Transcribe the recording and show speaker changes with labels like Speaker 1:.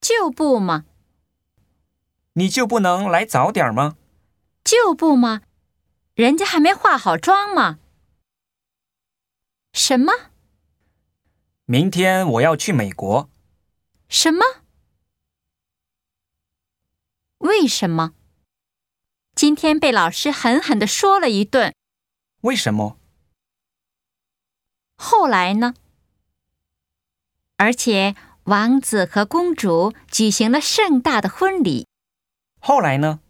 Speaker 1: 就不嘛，
Speaker 2: 你就不能来早点吗？
Speaker 1: 就不嘛，人家还没化好妆嘛。什么
Speaker 2: 明天我要去美国，
Speaker 1: 什么？为什么？今天被老师狠狠的说了一顿，
Speaker 2: 为什么？
Speaker 1: 后来呢？而且王子和公主举行了盛大的婚礼。
Speaker 2: 后来呢？